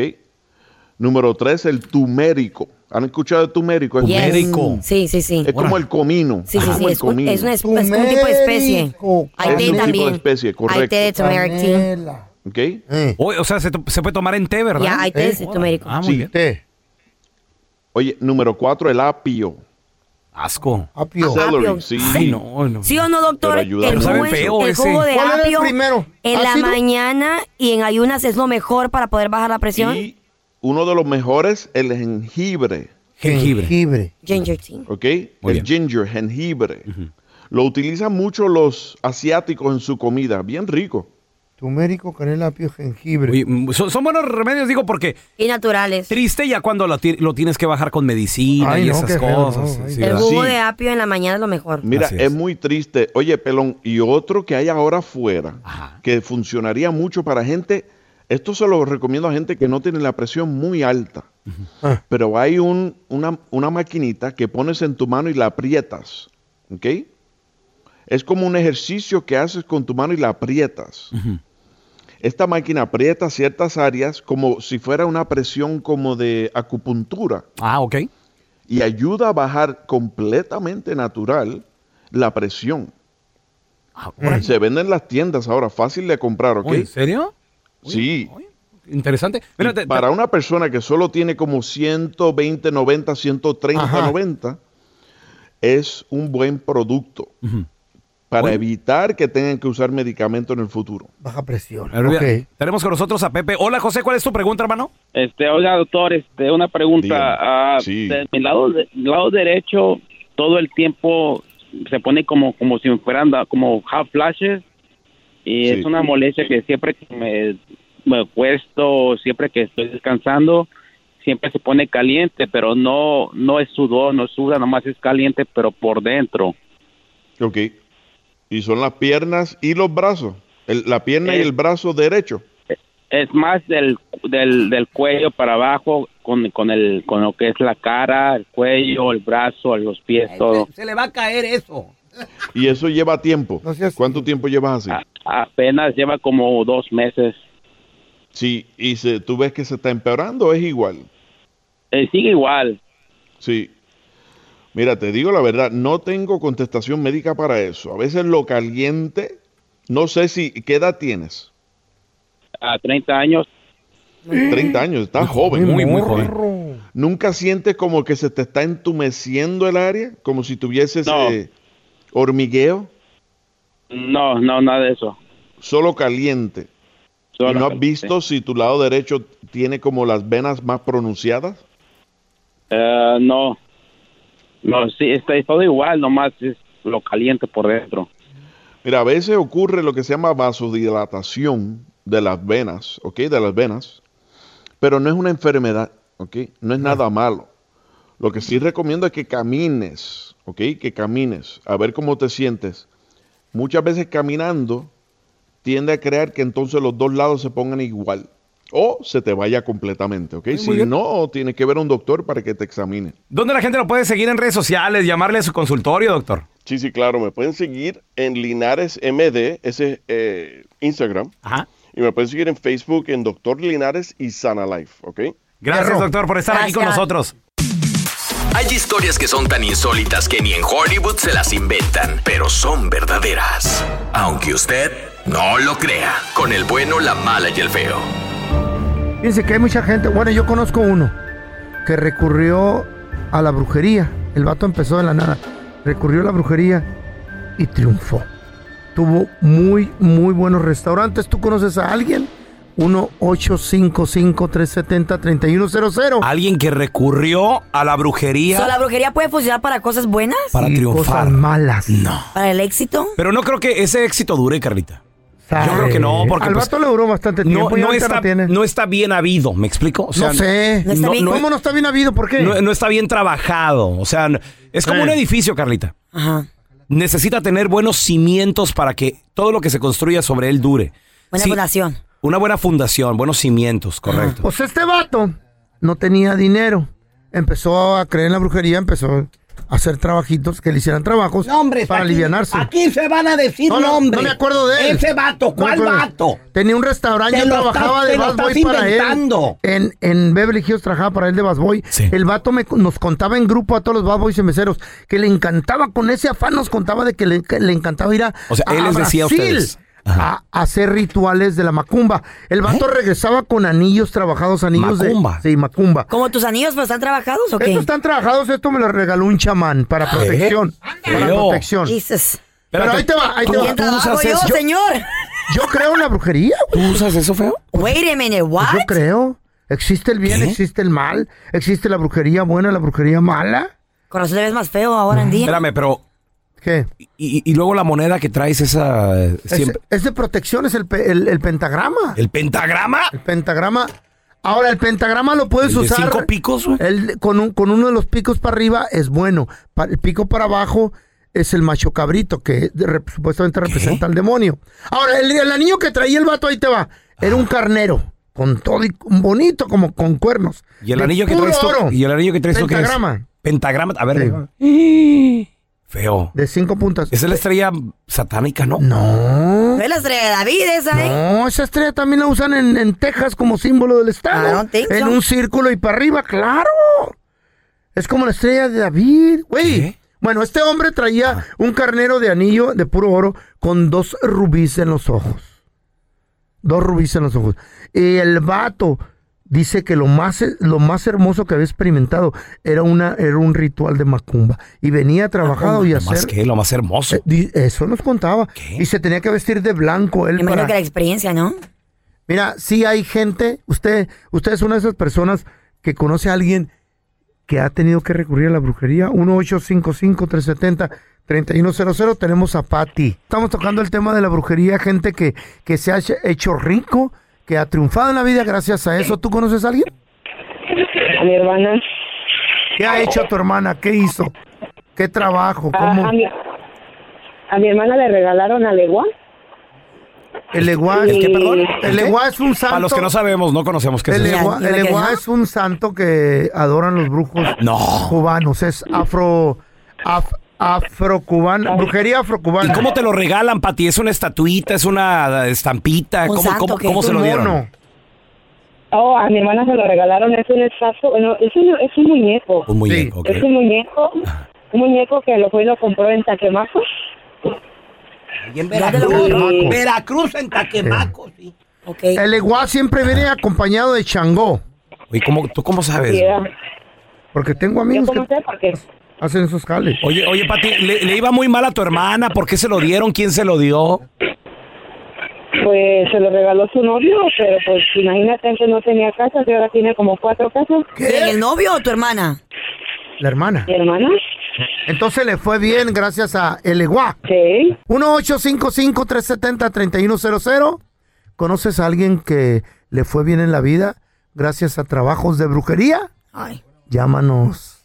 Speaker 12: Número tres, el tumérico. ¿Han escuchado el tumérico? Es-
Speaker 4: Yes. Sí, sí, sí.
Speaker 12: Es como el comino.
Speaker 4: Sí, sí,
Speaker 12: como
Speaker 4: sí.
Speaker 12: el
Speaker 4: Es un,
Speaker 12: comino.
Speaker 4: es, una, es un tipo de especie. Hay té
Speaker 12: Es un tipo de
Speaker 4: también.
Speaker 12: especie,
Speaker 4: Hay té de
Speaker 12: correcto.
Speaker 4: turmeric tea.
Speaker 12: ¿Ok?
Speaker 1: Oye, o sea, se, to- se puede tomar en té, ¿verdad?
Speaker 4: Ya, hay té de turmeric.
Speaker 1: Ah, muy bien.
Speaker 12: Oye, número cuatro, el apio.
Speaker 1: Asco.
Speaker 12: Apio.
Speaker 4: Apio.
Speaker 12: sí.
Speaker 1: Ay, no, no.
Speaker 4: ¿Sí o no, doctor?
Speaker 12: Pero ayuda
Speaker 4: el
Speaker 12: mucho.
Speaker 4: jugo,
Speaker 12: Sabe feo
Speaker 4: el jugo
Speaker 12: ese.
Speaker 4: de
Speaker 12: ¿Cuál era el
Speaker 4: apio
Speaker 12: primero?
Speaker 4: en la
Speaker 12: ¿Ácido?
Speaker 4: mañana y en ayunas es lo mejor para poder bajar la presión.
Speaker 12: Y uno de los mejores, el jengibre.
Speaker 1: Jengibre.
Speaker 4: Ginger tea.
Speaker 12: ¿Ok? el ginger, jengibre. Lo utilizan mucho los asiáticos en su comida. Bien rico.
Speaker 3: Tumérico, canela, apio, jengibre.
Speaker 1: Oye, mm, son, son buenos remedios, digo, porque
Speaker 4: Y naturales.
Speaker 1: triste ya cuando lo, ti- lo tienes que bajar con medicina
Speaker 12: Ay,
Speaker 1: y
Speaker 12: no,
Speaker 1: esas
Speaker 12: qué feo,
Speaker 1: cosas.
Speaker 12: no,
Speaker 1: sí,
Speaker 12: ay,
Speaker 1: sí,
Speaker 4: El
Speaker 1: ¿verdad?
Speaker 4: jugo
Speaker 12: Sí.
Speaker 4: de apio en la mañana es lo mejor.
Speaker 12: Mira, es. muy triste. Oye, Pelón, y otro que hay ahora afuera que funcionaría mucho para gente. Esto se lo recomiendo a gente que no tiene la presión muy alta. Pero hay un- una, una maquinita que pones en tu mano y la aprietas. ¿Ok? Es como un ejercicio que haces con tu mano y la aprietas. Esta máquina aprieta ciertas áreas como si fuera una presión como de acupuntura.
Speaker 1: Ah, ok.
Speaker 12: Y ayuda a bajar completamente natural la presión. Se venden en las tiendas ahora, fácil de comprar, ¿ok?
Speaker 1: Oye, Ah, ¿Oh, ¿En serio?
Speaker 12: Sí.
Speaker 1: Interesante. Mira,
Speaker 12: Y
Speaker 1: te- te-
Speaker 12: para una persona que solo tiene como 120, 90, 130, 90, es un buen producto para evitar que tengan que usar medicamento en el futuro.
Speaker 3: Baja presión.
Speaker 1: A ver, mira, Tenemos con nosotros a Pepe. Hola, José, ¿cuál es tu pregunta, hermano?
Speaker 13: Este, oiga, doctor, este, una pregunta. Ah,
Speaker 1: Sí.
Speaker 13: De mi lado, de- lado derecho, todo el tiempo se pone como, como si fueran da- como half flashes y
Speaker 14: Sí.
Speaker 13: es una molestia que siempre que me, me acuesto, siempre que estoy descansando, siempre se pone caliente, pero no, no es sudor, no suda, nomás es caliente, pero por dentro.
Speaker 12: Ok. Y son las piernas y los brazos. El- la pierna y
Speaker 13: Eh.
Speaker 12: el brazo derecho.
Speaker 13: Es más del, del, del cuello para abajo, con, con, el, con lo que es la cara, el cuello, el brazo, los pies, todo.
Speaker 11: Se le va a caer eso.
Speaker 12: Y eso lleva tiempo. ¿Cuánto tiempo llevas así?
Speaker 13: Apenas lleva como dos meses.
Speaker 12: Sí, y se, tú ves que se está empeorando, o es igual.
Speaker 13: Eh, sigue igual.
Speaker 12: Sí. Mira, te digo la verdad, no tengo contestación médica para eso. A veces lo caliente, no sé si, ¿qué edad tienes?
Speaker 13: A 30 años.
Speaker 12: 30 años, estás joven.
Speaker 1: muy, muy
Speaker 12: joven. ¿Nunca sientes como que se te está entumeciendo el área? Como si tuvieses eh, hormigueo.
Speaker 13: No, no, nada de eso.
Speaker 12: Solo caliente.
Speaker 13: Solo
Speaker 12: ¿Y no has
Speaker 13: caliente.
Speaker 12: visto si tu lado derecho tiene como las venas más pronunciadas?
Speaker 13: Eh, no. No, sí, está todo igual, nomás es lo caliente por dentro.
Speaker 12: Mira, a veces ocurre lo que se llama vasodilatación de las venas, ¿ok? De las venas, pero no es una enfermedad, ¿ok? No es nada malo. Lo que sí recomiendo es que camines, ¿ok? Que camines, a ver cómo te sientes. Muchas veces caminando tiende a crear que entonces los dos lados se pongan igual o se te vaya completamente, ¿ok? si no, tienes que ver a un doctor para que te examine.
Speaker 1: ¿Dónde la gente lo puede seguir en redes sociales, llamarle a su consultorio, doctor?
Speaker 12: Sí, sí, claro. Me pueden seguir en Linares MD, ese es eh, Instagram. Y me pueden seguir en Facebook en Doctor Linares y Sana Life, ¿ok?
Speaker 1: Gracias, doctor, por estar aquí con
Speaker 12: Gracias.
Speaker 1: nosotros.
Speaker 15: Hay historias que son tan insólitas que ni en Hollywood se las inventan, pero son verdaderas. Aunque usted no lo crea, con el bueno, la mala y el feo.
Speaker 3: Fíjense que hay mucha gente, bueno, yo conozco uno que recurrió a la brujería. El vato empezó de la nada. Recurrió a la brujería y triunfó. Tuvo muy, muy buenos restaurantes. ¿Tú conoces a alguien? 1-855-370-3100.
Speaker 1: Alguien que recurrió a la brujería.
Speaker 4: So, ¿La brujería puede funcionar para cosas buenas?
Speaker 1: Para
Speaker 4: Y
Speaker 1: triunfar.
Speaker 4: cosas
Speaker 3: malas.
Speaker 1: No.
Speaker 4: ¿Para el éxito?
Speaker 1: Pero no creo que ese éxito dure, Carlita. Yo creo que no, porque
Speaker 3: Al
Speaker 1: pues,
Speaker 3: vato le duró bastante
Speaker 1: no,
Speaker 3: tiempo. y
Speaker 1: no
Speaker 3: ahorita
Speaker 1: está,
Speaker 3: la tiene.
Speaker 1: no está bien habido, ¿me explico? O sea,
Speaker 3: no sé. ¿Cómo no está bien habido? ¿Por qué?
Speaker 1: no- no está bien trabajado. O sea, n- es como un edificio, Carlita.
Speaker 4: Ajá.
Speaker 1: Necesita tener buenos cimientos para que todo lo que se construya sobre él dure.
Speaker 4: Buena
Speaker 1: Sí,
Speaker 4: fundación.
Speaker 1: Una buena fundación, buenos cimientos, correcto.
Speaker 3: Pues este vato no tenía dinero. empezó a creer en la brujería, empezó a hacer trabajitos, que le hicieran trabajos
Speaker 11: Nombres,
Speaker 3: para
Speaker 11: aquí-
Speaker 3: alivianarse.
Speaker 11: Aquí se van a decir
Speaker 3: No, no,
Speaker 11: nombres.
Speaker 3: no me acuerdo de él.
Speaker 11: Ese vato,
Speaker 3: No me
Speaker 11: ¿cuál
Speaker 3: acuerdo.
Speaker 11: vato?
Speaker 3: Tenía un restaurante,
Speaker 11: Te
Speaker 3: yo
Speaker 11: lo
Speaker 3: trabajaba
Speaker 11: estás-
Speaker 3: de
Speaker 11: te lo
Speaker 3: Bad Boy
Speaker 11: estás
Speaker 3: para
Speaker 11: inventando.
Speaker 3: él. En, en Beverly Hills trabajaba para él de Bad Boy. El vato me- nos contaba en grupo a todos los Bad Boys y meseros que le encantaba, con ese afán nos contaba de que le, que le encantaba ir a
Speaker 1: O sea, él les decía a
Speaker 3: Ah, Brasil
Speaker 1: ustedes.
Speaker 3: A hacer rituales de la macumba. El vato
Speaker 1: ¿Eh?
Speaker 3: regresaba con anillos trabajados, anillos
Speaker 4: Macumba.
Speaker 3: de... Sí, macumba.
Speaker 4: ¿Como tus anillos pero están trabajados o qué?
Speaker 3: Estos están trabajados, esto me lo regaló un chamán
Speaker 4: ¿Eh?
Speaker 3: para protección. Para
Speaker 4: Pero-
Speaker 3: protección.
Speaker 4: Jesus.
Speaker 3: Pero ahí te va, ahí te
Speaker 4: ¿Con
Speaker 3: va.
Speaker 4: quién trabajo yo, señor?
Speaker 3: Yo creo en la brujería. ¿Tú usas eso feo?
Speaker 4: Wait a minute, what? ¿Eh?
Speaker 3: yo creo. Existe el bien, existe el mal, existe la brujería buena, la brujería mala.
Speaker 4: Con razón te ves más feo ahora en día.
Speaker 1: Espérame, pero.
Speaker 3: ¿Qué?
Speaker 1: Y, y- y luego la moneda que traes esa. eh,
Speaker 3: Es,
Speaker 1: Siempre.
Speaker 3: es de protección, es el, pe- el- el pentagrama.
Speaker 1: ¿El pentagrama?
Speaker 3: El pentagrama. Ahora, el pentagrama lo puedes
Speaker 1: ¿El de
Speaker 3: usar.
Speaker 1: cinco picos,
Speaker 3: el- con, un- con uno de los picos para arriba es bueno. Pa- el pico para abajo es el macho cabrito, que de- rep- supuestamente representa al demonio. Ahora, el, el anillo que traía el vato, ahí te va. Era
Speaker 1: Ah.
Speaker 3: un carnero, con todo y bonito, como con cuernos.
Speaker 1: Y el
Speaker 3: De
Speaker 1: anillo que
Speaker 3: puro
Speaker 1: traes tú.
Speaker 3: oro.
Speaker 1: Y el anillo que traes tú, ¿qué es?
Speaker 3: Pentagrama.
Speaker 1: Pentagrama. A ver. Feo.
Speaker 3: De cinco puntas.
Speaker 1: Esa es la estrella satánica, ¿no?
Speaker 3: No.
Speaker 4: Es la estrella de David esa, ¿eh?
Speaker 3: No, esa estrella también la usan en, en Texas como símbolo del
Speaker 4: I
Speaker 3: estado.
Speaker 4: don't think
Speaker 3: en
Speaker 4: so.
Speaker 3: un círculo y para arriba, claro. Es como la estrella de David, güey. Bueno, este hombre traía un carnero de anillo de puro oro con dos rubíes en los ojos. Dos rubíes en los ojos. Y el vato dice que lo más, lo más hermoso que había experimentado era, una, era un ritual de macumba. Y venía trabajado y a
Speaker 1: Lo más
Speaker 3: hacer...
Speaker 1: que, lo más hermoso.
Speaker 3: Eh, di- Eso nos contaba. Y se tenía que vestir de blanco. Él
Speaker 4: Me imagino
Speaker 3: para-
Speaker 4: que la experiencia, ¿no?
Speaker 3: Mira, sí hay gente, usted, usted es una de esas personas que conoce a alguien que ha tenido que recurrir a la brujería. 1-855-370-3100. Tenemos a Patti. Estamos tocando el tema de la brujería, gente que, que se ha hecho- hecho rico, que ha triunfado en la vida gracias a eso. ¿Tú conoces a alguien?
Speaker 14: A mi hermana.
Speaker 3: ¿Qué ha hecho tu hermana? ¿Qué hizo? ¿Qué trabajo?
Speaker 14: A,
Speaker 3: ¿Cómo?
Speaker 14: Ah, a mi, a mi hermana le regalaron a Legua.
Speaker 3: El Eguá.
Speaker 1: ¿El qué, perdón?
Speaker 3: El
Speaker 1: qué?
Speaker 3: Eguá es un santo.
Speaker 1: Para los que no sabemos, no conocemos qué es
Speaker 3: El
Speaker 1: eso.
Speaker 3: Eguá, el Eguá es un santo que adoran los brujos cubanos. Es afro. af- afrocubano. Brujería afrocubana.
Speaker 1: ¿Y cómo te lo regalan, Pati? ¿Es una estatuita? ¿Es una estampita?
Speaker 3: Un
Speaker 1: Ah, ¿Cómo,
Speaker 3: santo
Speaker 1: cómo-
Speaker 3: que
Speaker 1: cómo
Speaker 3: es
Speaker 1: se
Speaker 3: un
Speaker 1: lo dieron?
Speaker 3: mono.
Speaker 14: Oh, a mi hermana se lo regalaron. Es un estazo. bueno, es, un, es un muñeco.
Speaker 1: Un muñeco, ok.
Speaker 14: Es un muñeco. Un muñeco que lo fue y lo compró en Taquemaco.
Speaker 11: Y en
Speaker 3: ¿Dónde lo
Speaker 11: Veracruz.
Speaker 3: compró?
Speaker 11: Veracruz en Taquemaco, sí.
Speaker 3: El Eguá siempre viene acompañado de Changó.
Speaker 1: ¿Y cómo, tú cómo sabes?
Speaker 3: Porque tengo amigos que hacen esos jales.
Speaker 1: Oye, oye, Pati, le, le iba muy mal a tu hermana. ¿Por qué se lo dieron? ¿Quién se lo dio?
Speaker 14: Pues se lo regaló su novio, pero pues imagínate, antes no tenía casa y ahora tiene como cuatro casas.
Speaker 4: ¿Pero ¿El novio o tu hermana?
Speaker 3: La hermana.
Speaker 14: ¿Mi hermana?
Speaker 3: Entonces le fue bien gracias a El Eguá.
Speaker 14: Sí.
Speaker 3: 1-855-370-3100. ¿Conoces a alguien que le fue bien en la vida gracias a trabajos de brujería?
Speaker 4: Ay.
Speaker 3: Llámanos.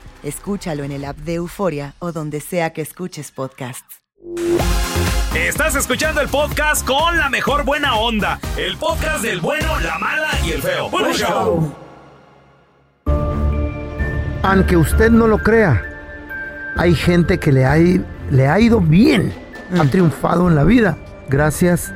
Speaker 2: Escúchalo en el app de Euforia o donde sea que escuches podcasts.
Speaker 1: Estás escuchando el podcast con la mejor buena onda. El podcast del bueno, la mala y el feo. Buen show.
Speaker 3: Aunque usted no lo crea, hay gente que le ha, i- le ha ido bien, ha triunfado en la vida gracias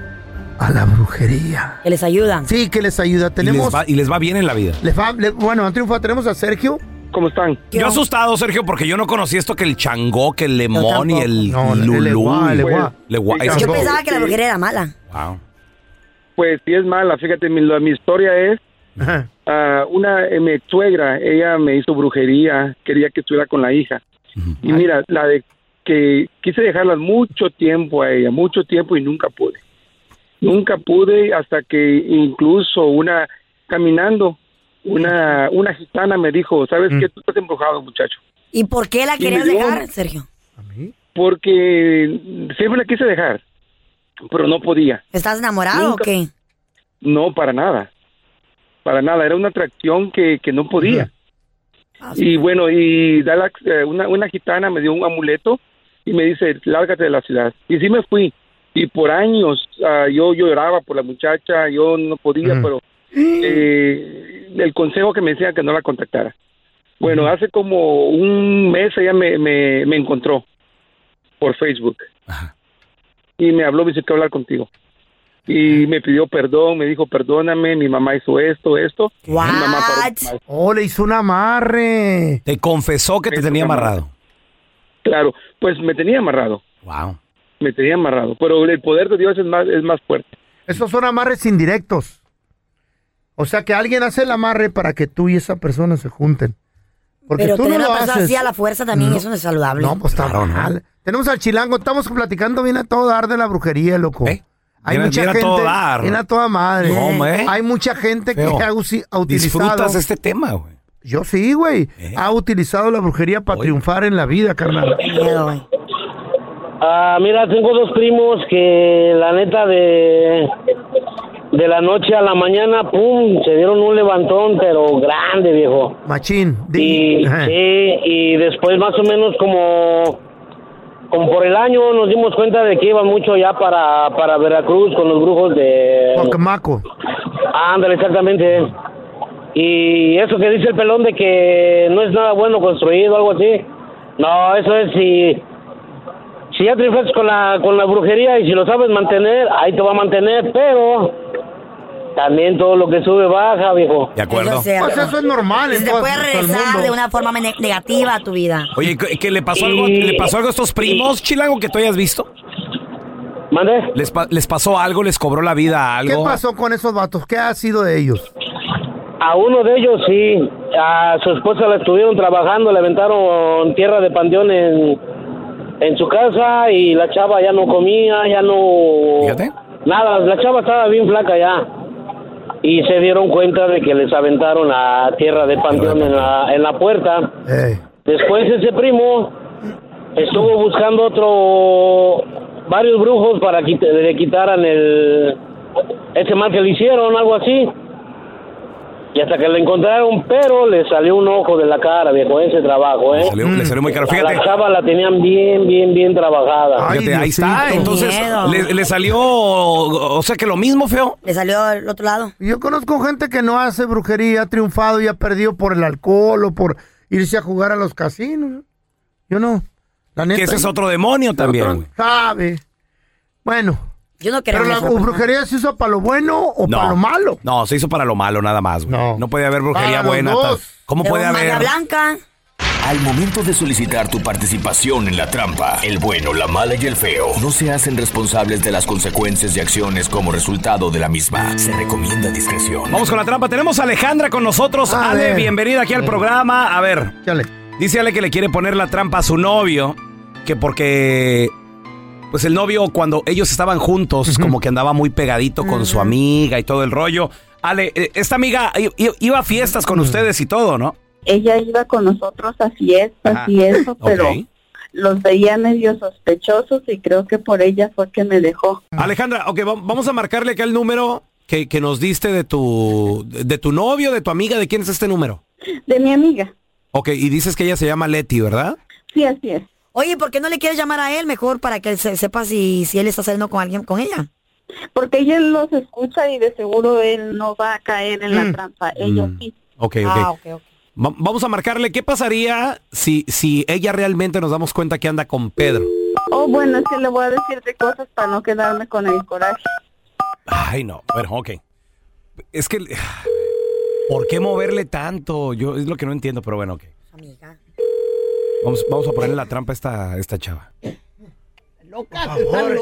Speaker 3: a la brujería.
Speaker 4: Que les ayuda.
Speaker 3: Sí, que les ayuda.
Speaker 1: Y
Speaker 3: Tenemos,
Speaker 1: les, va, y les va bien en la vida.
Speaker 3: les va- le- bueno, han triunfado. Tenemos a Sergio.
Speaker 1: ¿Cómo están? Yo asustado, Sergio, porque yo no conocí esto que el changó, que el lemón y el
Speaker 3: No, el
Speaker 1: lulú.
Speaker 3: leguá, el leguá.
Speaker 1: Leguá,
Speaker 4: Yo
Speaker 1: ese-
Speaker 4: pensaba que la mujer era mala.
Speaker 1: Wow.
Speaker 16: Pues sí es mala, fíjate, mi, la- mi historia es ah, una eh, mi ex suegra, ella me hizo brujería, quería que estuviera con la hija. Y mira, la de que quise dejarla mucho tiempo a ella, mucho tiempo y nunca pude. Nunca pude hasta que incluso una caminando, una una gitana me dijo, "¿Sabes qué? Tú estás embrujado, muchacho."
Speaker 4: ¿Y por qué la
Speaker 16: Y me
Speaker 4: querías
Speaker 16: dio-
Speaker 4: dejar, Sergio?
Speaker 16: Porque siempre la quise dejar, pero no podía.
Speaker 4: ¿Estás enamorado o
Speaker 16: Nunca-
Speaker 4: qué?
Speaker 16: No, para nada. Para nada. Era una atracción que, que no podía. Y bueno, y da la- eh, una, una gitana me dio un amuleto y me dice, lárgate de la ciudad. Y sí me fui. Y por años ah, yo yo lloraba por la muchacha, yo no podía, pero eh, el consejo que me decían que no la contactara. Bueno, hace como un mes ella me, me, me encontró por Facebook. Y me habló, me dice, quiero hablar contigo. Y me pidió perdón, me dijo, perdóname, mi mamá hizo esto, esto. Mi mamá paró-
Speaker 3: Oh, le hizo un amarre.
Speaker 1: Te confesó que te tenía amarrado.
Speaker 16: Claro, pues me tenía amarrado.
Speaker 1: Wow.
Speaker 16: Me tenía amarrado. Pero el poder de Dios es más, es más fuerte.
Speaker 3: Esos son amarres indirectos. O sea que alguien hace el amarre para que tú y esa persona se junten. Porque
Speaker 4: Pero
Speaker 3: tú
Speaker 4: tener
Speaker 3: no
Speaker 4: a
Speaker 3: lo
Speaker 4: una persona
Speaker 3: haces.
Speaker 4: así a la fuerza también,
Speaker 3: No.
Speaker 4: eso no es saludable.
Speaker 3: No, pues está mal. Tenemos al chilango, estamos platicando bien a todo dar de la brujería, loco. Hay
Speaker 1: ¿Eh? Bien-
Speaker 3: mucha
Speaker 1: bien a
Speaker 3: gente.
Speaker 1: todo dar.
Speaker 3: bien a toda madre.
Speaker 1: No, hombre.
Speaker 3: Hay mucha gente
Speaker 1: Feo.
Speaker 3: que ha, usi- ha utilizado.
Speaker 1: Disfrutas este tema, güey. ¿Eh?
Speaker 3: Yo sí, güey. Ha utilizado la brujería para triunfar en la vida, carnal.
Speaker 17: Ah, mira, tengo dos primos que la neta de de la noche a la mañana, pum, se dieron un levantón, pero grande, viejo.
Speaker 3: Machín.
Speaker 17: Y,
Speaker 3: Ajá.
Speaker 17: sí, y después más o menos como como por el año nos dimos cuenta de que iba mucho ya para, para Veracruz con los brujos de
Speaker 3: Guacamaco.
Speaker 17: Ándale, exactamente. Y eso que dice el pelón de que no es nada bueno construido, algo así. No, eso es si, si ya triunfas con la, con la brujería y si lo sabes mantener, ahí te va a mantener, pero también todo lo que sube baja, viejo.
Speaker 1: De acuerdo.
Speaker 3: Pues eso es normal.
Speaker 4: Se
Speaker 3: en
Speaker 4: te
Speaker 3: todo-
Speaker 4: puede
Speaker 3: todo el
Speaker 4: regresar
Speaker 3: mundo.
Speaker 4: de una forma ne- negativa a tu vida.
Speaker 1: Oye, ¿qué- ¿qué le pasó algo,
Speaker 4: Y-
Speaker 1: le pasó algo a estos primos, Chilango, que tú hayas visto?
Speaker 17: ¿Mande?
Speaker 1: ¿Les, pa- les pasó algo? ¿Les cobró la vida
Speaker 3: ¿Qué
Speaker 1: algo?
Speaker 3: pasó con esos vatos? ¿Qué ha sido de ellos?
Speaker 17: A uno de ellos sí, a su esposa la estuvieron trabajando, le aventaron tierra de panteón en, en su casa y la chava ya no comía, ya no... Nada, la chava estaba bien flaca ya. Y se dieron cuenta de que les aventaron la tierra de panteón en la, en la puerta. Después ese primo estuvo buscando otro, varios brujos para que le quitaran el, ese mal que le hicieron, algo así. Y hasta que le encontraron, pero le salió un ojo de la cara, viejo, ese trabajo, ¿eh?
Speaker 1: Le salió- le salió muy caro.
Speaker 17: A
Speaker 1: Fíjate.
Speaker 17: La chava la tenían bien, bien, bien trabajada.
Speaker 1: Fíjate, ahí está. Entonces, le, le salió, o sea que lo mismo, feo.
Speaker 4: Le salió al otro lado.
Speaker 3: Yo conozco gente que no hace brujería, ha triunfado y ha perdido por el alcohol o por irse a jugar a los casinos. Yo no. La neta.
Speaker 1: Que ese es otro demonio también. güey.
Speaker 3: Sabe. Bueno.
Speaker 4: Yo no
Speaker 3: Pero la brujería se hizo para lo bueno o para lo malo.
Speaker 1: No, se hizo para lo malo nada más. güey. No. puede haber brujería
Speaker 3: Para los
Speaker 1: buena.
Speaker 3: dos.
Speaker 1: tal. ¿Cómo
Speaker 4: Pero
Speaker 1: puede
Speaker 4: magia
Speaker 1: haber?
Speaker 4: blanca.
Speaker 15: Al momento de solicitar tu participación en la trampa, el bueno, la mala y el feo no se hacen responsables de las consecuencias y acciones como resultado de la misma. Se recomienda discreción.
Speaker 1: Vamos con la trampa. Tenemos a Alejandra con nosotros.
Speaker 15: A
Speaker 1: Ale,
Speaker 15: ver.
Speaker 1: bienvenida aquí al
Speaker 3: Eh.
Speaker 1: programa. A ver. Dice Ale que le quiere poner la trampa a su novio, que porque... Pues el novio, cuando ellos estaban juntos, como que andaba muy pegadito con su amiga y todo el rollo. Ale, eh, esta amiga i- i- iba a fiestas con ustedes y todo, ¿no?
Speaker 18: ella iba con nosotros a fiestas
Speaker 1: Ajá.
Speaker 18: y eso, pero
Speaker 1: Ok.
Speaker 18: los veía medio sospechosos y creo que por ella fue que me dejó.
Speaker 1: Alejandra, ok, va- vamos a marcarle acá el número que, que nos diste de tu, de tu novio, de tu amiga, ¿de quién es este número?
Speaker 18: De mi amiga.
Speaker 1: Ok, y dices que ella se llama Leti, ¿verdad?
Speaker 18: Sí, así es.
Speaker 4: Oye, ¿por qué no le quieres llamar a él mejor para que él se- sepa si, si él está saliendo con alguien, con ella?
Speaker 18: Porque ella los escucha y de seguro él no va a caer en la trampa. Ella sí.
Speaker 1: Mm.
Speaker 18: Ah,
Speaker 1: Ok, Ah, ok. Va- vamos a marcarle qué pasaría si, si ella realmente nos damos cuenta que anda con Pedro.
Speaker 18: Oh, bueno, es que le voy a decir de cosas para no quedarme con el coraje.
Speaker 1: Ay, no. Bueno, ok. Es que... ¿Por qué moverle tanto? Yo es lo que no entiendo, pero bueno, ok. Vamos, vamos a ponerle la trampa a esta, a esta chava.
Speaker 11: Loca, está loca.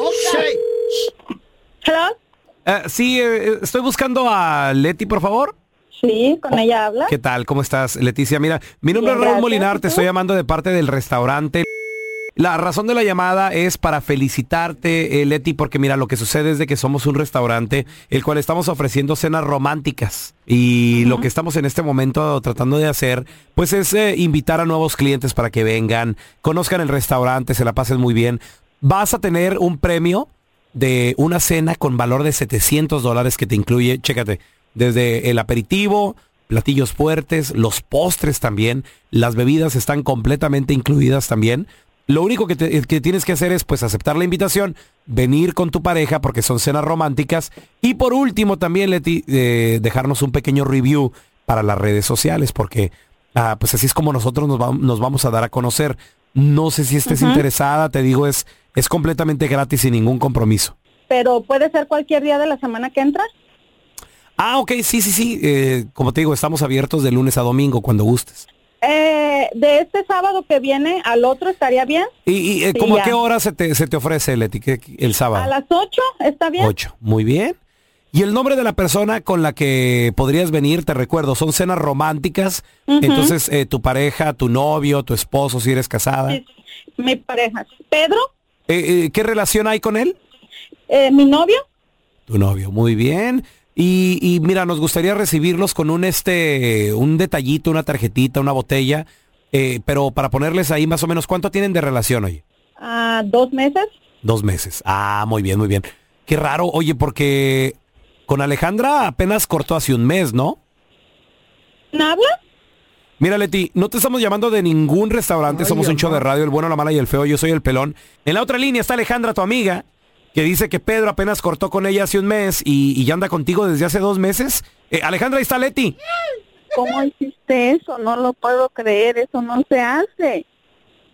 Speaker 1: Eh, sí, eh, estoy buscando a Leti, por favor.
Speaker 18: Sí, con ella habla.
Speaker 1: ¿Qué tal? ¿Cómo estás, Leticia? Mira, mi nombre
Speaker 18: Bien,
Speaker 1: es Raúl
Speaker 18: gracias,
Speaker 1: Molinar, te estoy llamando de parte del restaurante La razón de la llamada es para felicitarte, eh, Leti, porque mira, lo que sucede es de que somos un restaurante el cual estamos ofreciendo cenas románticas. Y lo que estamos en este momento tratando de hacer, pues es eh, invitar a nuevos clientes para que vengan, conozcan el restaurante, se la pasen muy bien. Vas a tener un premio de una cena con valor de 700 dólares que te incluye, chécate, desde el aperitivo, platillos fuertes, los postres también, las bebidas están completamente incluidas también. Lo único que, te- que tienes que hacer es pues aceptar la invitación, venir con tu pareja porque son cenas románticas y por último también Leti, eh, dejarnos un pequeño review para las redes sociales porque ah, pues así es como nosotros nos, vam- nos vamos a dar a conocer. No sé si estés
Speaker 18: Ujú.
Speaker 1: interesada, te digo, es, es completamente gratis sin ningún compromiso.
Speaker 18: Pero puede ser cualquier día de la semana que entra.
Speaker 1: Ah, ok, sí, sí, sí. eh, como te digo, estamos abiertos de lunes a domingo cuando gustes.
Speaker 18: Eh, de este sábado que viene al otro estaría bien.
Speaker 1: ¿Y, y, eh,
Speaker 18: Sí,
Speaker 1: cómo a
Speaker 18: ya.
Speaker 1: qué hora se te, se te ofrece, Leti? ¿Qué- El
Speaker 18: A
Speaker 1: sábado.
Speaker 18: las 8 está bien.
Speaker 1: Ocho. Muy bien. Y el nombre de la persona con la que podrías venir, te recuerdo, son cenas románticas.
Speaker 18: Ujú.
Speaker 1: Entonces, eh, tu pareja, tu novio, tu esposo, si eres casada.
Speaker 18: Sí, Mi pareja. Pedro,
Speaker 1: Eh, eh, ¿Qué relación hay con él?
Speaker 18: eh, mi novio.
Speaker 1: Tu novio, muy bien. Y, y mira, nos gustaría recibirlos con un este, un detallito, una tarjetita, una botella, eh, pero para ponerles ahí más o menos, ¿cuánto tienen de relación, oye?
Speaker 18: a dos meses.
Speaker 1: Dos meses. Ah, muy bien, muy bien. Qué raro, oye, porque con Alejandra apenas cortó hace un mes, ¿no?
Speaker 18: ¿No habla?
Speaker 1: Mira, Leti, no te estamos llamando de ningún restaurante, somos un show de radio, el bueno, la mala y el feo, yo soy el pelón. En la otra línea está Alejandra, tu amiga, que dice que Pedro apenas cortó con ella hace un mes y, y ya anda contigo desde hace dos meses. Eh, Alejandra, ahí está Leti.
Speaker 18: ¿Cómo hiciste eso? No lo puedo creer, eso no se hace.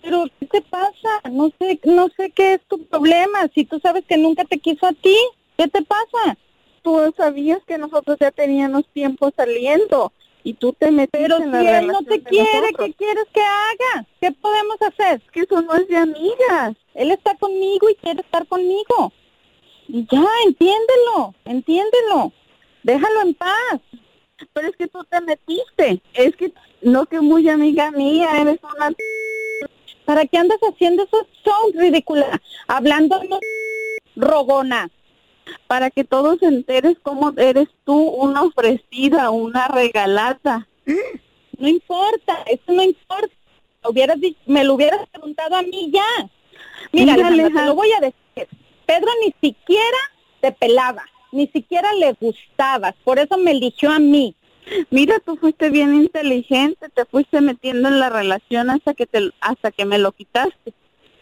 Speaker 18: Pero ¿qué te pasa? No sé, no sé qué es tu problema. Si tú sabes que nunca te quiso a ti, ¿qué te pasa? Tú sabías que nosotros ya teníamos tiempo saliendo y tú te metiste Pero
Speaker 14: en la
Speaker 18: si él no
Speaker 14: relación
Speaker 18: te
Speaker 14: de
Speaker 18: quiere,
Speaker 14: nosotros.
Speaker 18: ¿qué quieres que haga? ¿Qué podemos hacer? que eso no es de amigas. Él está conmigo y quiere estar conmigo. Y ya, entiéndelo, entiéndelo. Déjalo en paz. Pero es que tú te metiste. Es que no que muy amiga mía, eres una... ¿Para qué andas haciendo esos shows ridícula? Hablando de rogona. Para que todos se enteres cómo eres tú una ofrecida, una regalada. No importa, eso no importa. Hubieras di- me lo hubieras preguntado a mí ya.
Speaker 14: Mira,
Speaker 18: Mira, Alejandra, te
Speaker 14: Alejandra.
Speaker 18: lo voy a decir. Pedro ni siquiera te pelaba, ni siquiera le gustabas, por eso me eligió a mí. Mira, tú fuiste bien inteligente, te fuiste metiendo en la relación hasta que te hasta que me lo quitaste.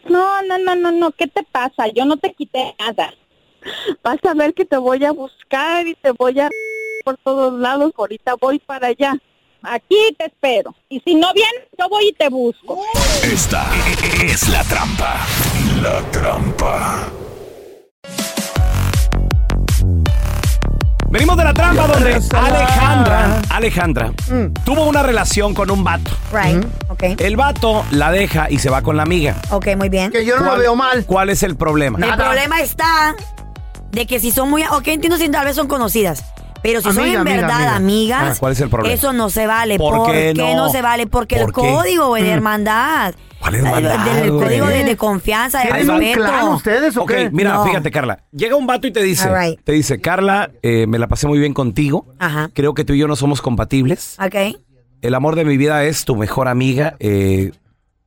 Speaker 18: No, no, no, no, no, ¿qué te pasa? Yo no te quité nada. Vas a ver que te voy a buscar y te voy a por todos lados, ahorita voy para allá. Aquí te espero. Y si no vienes, yo voy y te busco.
Speaker 15: Esta es la trampa. La trampa.
Speaker 1: Venimos de la trampa donde Alejandra, Alejandra,
Speaker 3: Mm.
Speaker 1: tuvo una relación con un vato.
Speaker 4: Right, ok.
Speaker 1: El vato la deja y se va con la amiga.
Speaker 4: Ok, muy bien. Que
Speaker 1: ¿Cuál- ¿Cuál es el problema?
Speaker 4: El problema está de que si son muy... Ok, entiendo si tal vez son conocidas. Pero si
Speaker 1: Amiga,
Speaker 4: son en
Speaker 1: amiga,
Speaker 4: verdad
Speaker 1: amiga.
Speaker 4: amigas,
Speaker 1: Ah, ¿cuál es el problema?
Speaker 4: eso no se vale.
Speaker 1: ¿Por qué
Speaker 4: no?
Speaker 1: no?
Speaker 4: se vale? Porque el
Speaker 1: ¿Por qué?
Speaker 4: código güey, de
Speaker 1: Mm.
Speaker 4: hermandad,
Speaker 1: ¿Cuál hermandad,
Speaker 4: del
Speaker 1: güey?
Speaker 4: código de, de confianza, de
Speaker 1: ¿Tienen un clan
Speaker 4: respeto.
Speaker 1: ustedes ok, mira, fíjate, Carla. Llega un vato y te dice,
Speaker 4: All right.
Speaker 1: te dice, Carla, eh, me la pasé muy bien contigo.
Speaker 4: Ajá.
Speaker 1: Creo que tú y yo no somos compatibles.
Speaker 4: Ok.
Speaker 1: El amor de mi vida es tu mejor amiga. eh,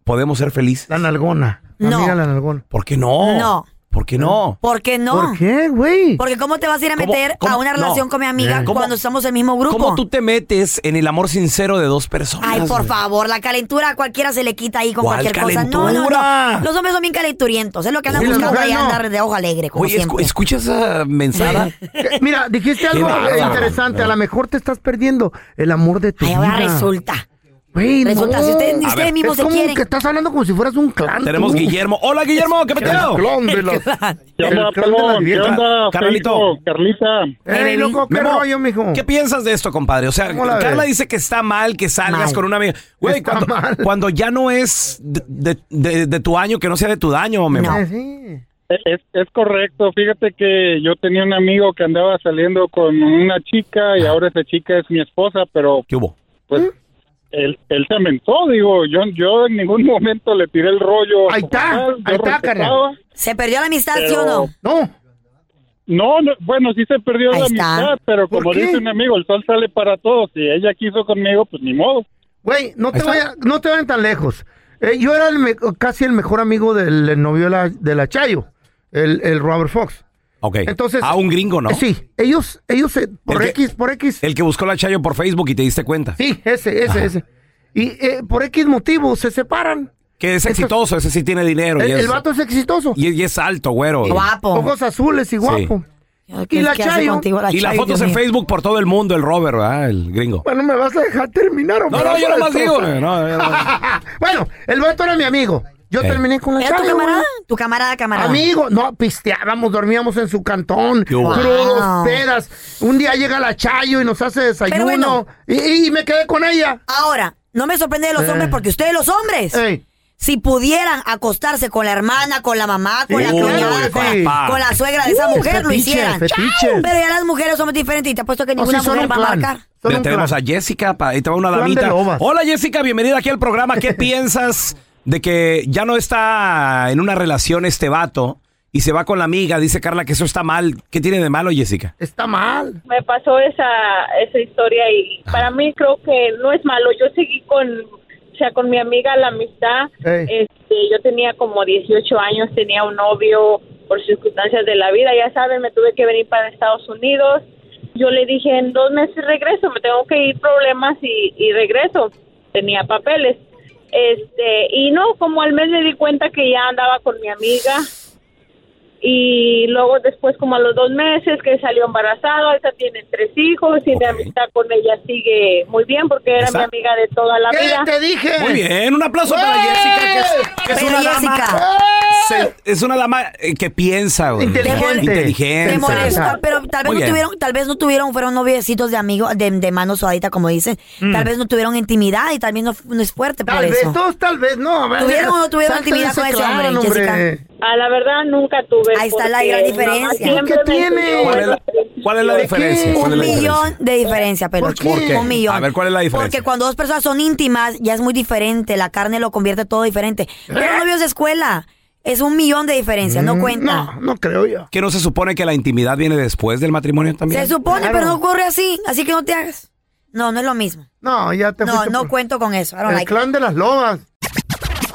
Speaker 1: podemos ser felices. La nalgona.
Speaker 4: No. amiga
Speaker 1: la nalgona. ¿Por qué no?
Speaker 4: No.
Speaker 1: ¿Por qué no?
Speaker 4: ¿Por qué no?
Speaker 1: ¿Por qué, güey?
Speaker 4: Porque ¿cómo te vas a ir a
Speaker 1: ¿Cómo-
Speaker 4: meter
Speaker 1: cómo-
Speaker 4: a una
Speaker 1: no.
Speaker 4: relación con mi amiga
Speaker 1: Eh. ¿Cómo-
Speaker 4: cuando estamos en el mismo grupo?
Speaker 1: ¿Cómo tú te metes en el amor sincero de dos personas?
Speaker 4: Ay, por
Speaker 1: güey?
Speaker 4: favor, la calentura a cualquiera se le quita ahí con
Speaker 1: ¿Cuál
Speaker 4: cualquier cosa. No, no,
Speaker 1: calentura?
Speaker 4: no. Los hombres son bien calenturientos. Es lo que andan
Speaker 1: Sí, las
Speaker 4: buscando ahí
Speaker 1: mujeres no.
Speaker 4: andar de ojo alegre, como
Speaker 1: Oye, escu-
Speaker 4: siempre.
Speaker 1: escucha esa mensada.
Speaker 3: Eh, Mira, dijiste algo
Speaker 1: Qué bárbaro.
Speaker 3: interesante. A lo mejor te estás perdiendo el amor de tu
Speaker 4: Ay,
Speaker 3: vida.
Speaker 4: ahora resulta.
Speaker 3: Güey,
Speaker 4: Resulta,
Speaker 3: no.
Speaker 4: si ustedes-
Speaker 3: A
Speaker 4: ustedes
Speaker 3: ver,
Speaker 4: mismos
Speaker 3: es
Speaker 4: se
Speaker 3: como
Speaker 4: quieren.
Speaker 3: que estás hablando como si fueras un clan.
Speaker 1: Tenemos
Speaker 3: tú.
Speaker 1: Guillermo. Hola, Guillermo, ¿qué peteo?
Speaker 3: Uh. El clon de los-
Speaker 1: El clan.
Speaker 3: ¿Qué onda,
Speaker 1: El clon de las
Speaker 3: pelón? ¿Qué
Speaker 1: viejas.
Speaker 3: onda,
Speaker 1: Carnalito.
Speaker 3: Feito?
Speaker 1: Carlita.
Speaker 3: Ey, loco, ¿qué rollo, mijo?
Speaker 1: ¿Qué piensas de esto, compadre? O sea,
Speaker 3: ¿Cómo la
Speaker 1: Carla
Speaker 3: ves?
Speaker 1: dice que está mal que salgas
Speaker 3: Mal.
Speaker 1: con una amiga. Güey,
Speaker 3: Está
Speaker 1: cuando,
Speaker 3: mal.
Speaker 1: cuando ya no es de, de- de- de tu año, que no sea de tu daño, mi amor.
Speaker 16: Es, es correcto, fíjate que yo tenía un amigo que andaba saliendo con una chica y ahora esa chica es mi esposa, pero
Speaker 1: ¿Qué hubo?
Speaker 16: Pues
Speaker 8: él, él se mentó, digo, yo, yo en ningún momento le tiré el rollo. Ahí está,
Speaker 4: ahí está, carnal. ¿Se perdió la amistad, sí o no?
Speaker 8: No. No, bueno, sí se perdió la amistad, pero como dice un amigo, el sol sale para todos. Si ella quiso conmigo, pues ni modo.
Speaker 3: Güey, no te, vaya- no te vayan tan lejos. Eh, yo era el me- casi el mejor amigo del novio de la, de la Chayo, el, el Robert Fox.
Speaker 1: Ok.
Speaker 3: Entonces,
Speaker 1: a un gringo, ¿no?
Speaker 3: Eh, Sí, ellos, ellos eh, por
Speaker 1: El que-
Speaker 3: X, por X.
Speaker 1: El que buscó la Chayo por Facebook y te diste cuenta.
Speaker 3: Sí, ese, ese, ese. Y eh, por X motivos se separan.
Speaker 1: Que es exitoso, ese sí tiene dinero. y
Speaker 3: El,
Speaker 1: es,
Speaker 3: el vato es exitoso.
Speaker 1: y, y es alto, güero.
Speaker 3: Ojos azules y guapo. Y
Speaker 4: ¿qué-
Speaker 3: la
Speaker 4: qué hace
Speaker 3: Chayo.
Speaker 4: contigo la
Speaker 1: y las
Speaker 4: Chayo,
Speaker 1: fotos
Speaker 4: Dios
Speaker 1: en
Speaker 4: mío?
Speaker 1: Facebook por todo el mundo, el Robert, ¿verdad? El gringo.
Speaker 3: Bueno, ¿me vas a dejar terminar o
Speaker 1: No, no,
Speaker 3: me vas
Speaker 1: yo
Speaker 3: a
Speaker 1: nomás digo,
Speaker 3: destrozar?
Speaker 1: no, yo
Speaker 3: bueno, el vato era mi amigo. Yo
Speaker 1: Eh.
Speaker 3: terminé con la
Speaker 4: ¿Era tu
Speaker 3: Chayo, güey.
Speaker 4: camarada? ¿Tu camarada, camarada?
Speaker 3: Amigo, no, pisteábamos, ah, dormíamos en su cantón,
Speaker 4: hubo?
Speaker 3: crudos,
Speaker 4: Wow.
Speaker 3: peras. Un día llega la Chayo y nos hace desayuno.
Speaker 4: Pero bueno.
Speaker 3: y, y me quedé con ella.
Speaker 4: Ahora, no me sorprende de los
Speaker 3: Eh.
Speaker 4: hombres porque ustedes los hombres... Si pudieran acostarse con la hermana, con la mamá, con
Speaker 3: Sí,
Speaker 4: la
Speaker 3: claro,
Speaker 4: cuñada,
Speaker 3: sí.
Speaker 4: con, la- con la suegra de esa
Speaker 3: Sí,
Speaker 4: mujer, lo
Speaker 3: fetiche,
Speaker 4: hicieran.
Speaker 3: fetiche.
Speaker 4: Pero ya las mujeres somos diferentes y te apuesto que
Speaker 3: No,
Speaker 4: ninguna
Speaker 3: sí, son
Speaker 4: mujer
Speaker 3: un
Speaker 4: va a
Speaker 3: clan.
Speaker 4: marcar.
Speaker 1: Le traemos a Jessica, pa- ahí te va una
Speaker 3: Plan de
Speaker 1: damita.
Speaker 3: lobas.
Speaker 1: Hola Jessica, bienvenida aquí al programa. ¿Qué piensas de que ya no está en una relación este vato y se va con la amiga? Dice Carla que eso está mal. ¿Qué tiene de malo Jessica?
Speaker 3: Está mal. Ah.
Speaker 19: Me pasó esa, esa historia y para mí creo que no es malo. Yo seguí con, o sea, con mi amiga la amistad.
Speaker 20: Ey.
Speaker 19: Este, yo tenía como 18 años, tenía un novio por circunstancias de la vida, ya saben, me tuve que venir para Estados Unidos. Yo le dije, en dos meses regreso, me tengo que ir problemas y, y regreso. Tenía papeles. Este, y no, como al mes me di cuenta que ya andaba con mi amiga y luego después como a los dos meses que salió embarazada, ahorita tienen tres hijos y mi amistad con ella sigue muy bien porque era
Speaker 1: Esa-
Speaker 19: mi amiga de toda la
Speaker 3: ¿Qué
Speaker 19: vida.
Speaker 3: te dije?
Speaker 1: Muy
Speaker 4: ¡Eh!
Speaker 1: bien, un aplauso para
Speaker 3: ¡Ey!
Speaker 1: Jessica, que es, que es
Speaker 3: Pero
Speaker 1: una
Speaker 3: Jessica.
Speaker 1: dama. se- es una dama eh, que piensa, güey.
Speaker 4: Inteligente.
Speaker 1: Inteligente.
Speaker 4: Te molesta, pero tal vez,
Speaker 1: Muy
Speaker 4: no
Speaker 1: bien.
Speaker 4: tuvieron, tal vez no tuvieron, fueron noviecitos de amigos, de, de mano sudadita, como dicen.
Speaker 1: Mm.
Speaker 4: Tal vez no tuvieron intimidad y tal vez no, no es fuerte por
Speaker 3: Tal vez,
Speaker 4: eso.
Speaker 3: todos tal vez
Speaker 1: Ah,
Speaker 3: no. a ver,
Speaker 4: ¿Tuvieron o no tuvieron
Speaker 3: salte
Speaker 4: intimidad
Speaker 3: de
Speaker 4: con ese
Speaker 3: clan,
Speaker 4: hombre, Jessica?
Speaker 19: A Ah, la verdad nunca tuve.
Speaker 4: Ahí está la
Speaker 19: porque
Speaker 4: gran
Speaker 19: mi
Speaker 4: diferencia.
Speaker 19: mamá siempre
Speaker 4: ¿Qué
Speaker 19: me
Speaker 4: tiene?
Speaker 19: enseñó
Speaker 1: ¿Cuál es la, cuál es la diferencia? ¿Cuál
Speaker 4: Un
Speaker 1: es la
Speaker 4: millón de diferencia, pero
Speaker 1: ¿Por qué?
Speaker 4: Un millón.
Speaker 1: A ver, ¿cuál es la diferencia?
Speaker 4: Porque cuando dos personas son íntimas, ya es muy diferente. La carne lo convierte todo diferente. Pero novios de escuela, es un millón de diferencia, no cuenta.
Speaker 3: Mm, No creo yo.
Speaker 1: ¿Que Mm, no se supone que la intimidad viene después del matrimonio también?
Speaker 4: Se supone, pero no ocurre así. Así que no te hagas. No, no es lo mismo.
Speaker 3: No, ya te
Speaker 4: No,
Speaker 3: fuiste
Speaker 4: no
Speaker 3: por-
Speaker 4: cuento con eso. I don't
Speaker 3: El
Speaker 4: like it.
Speaker 3: clan de las lobas.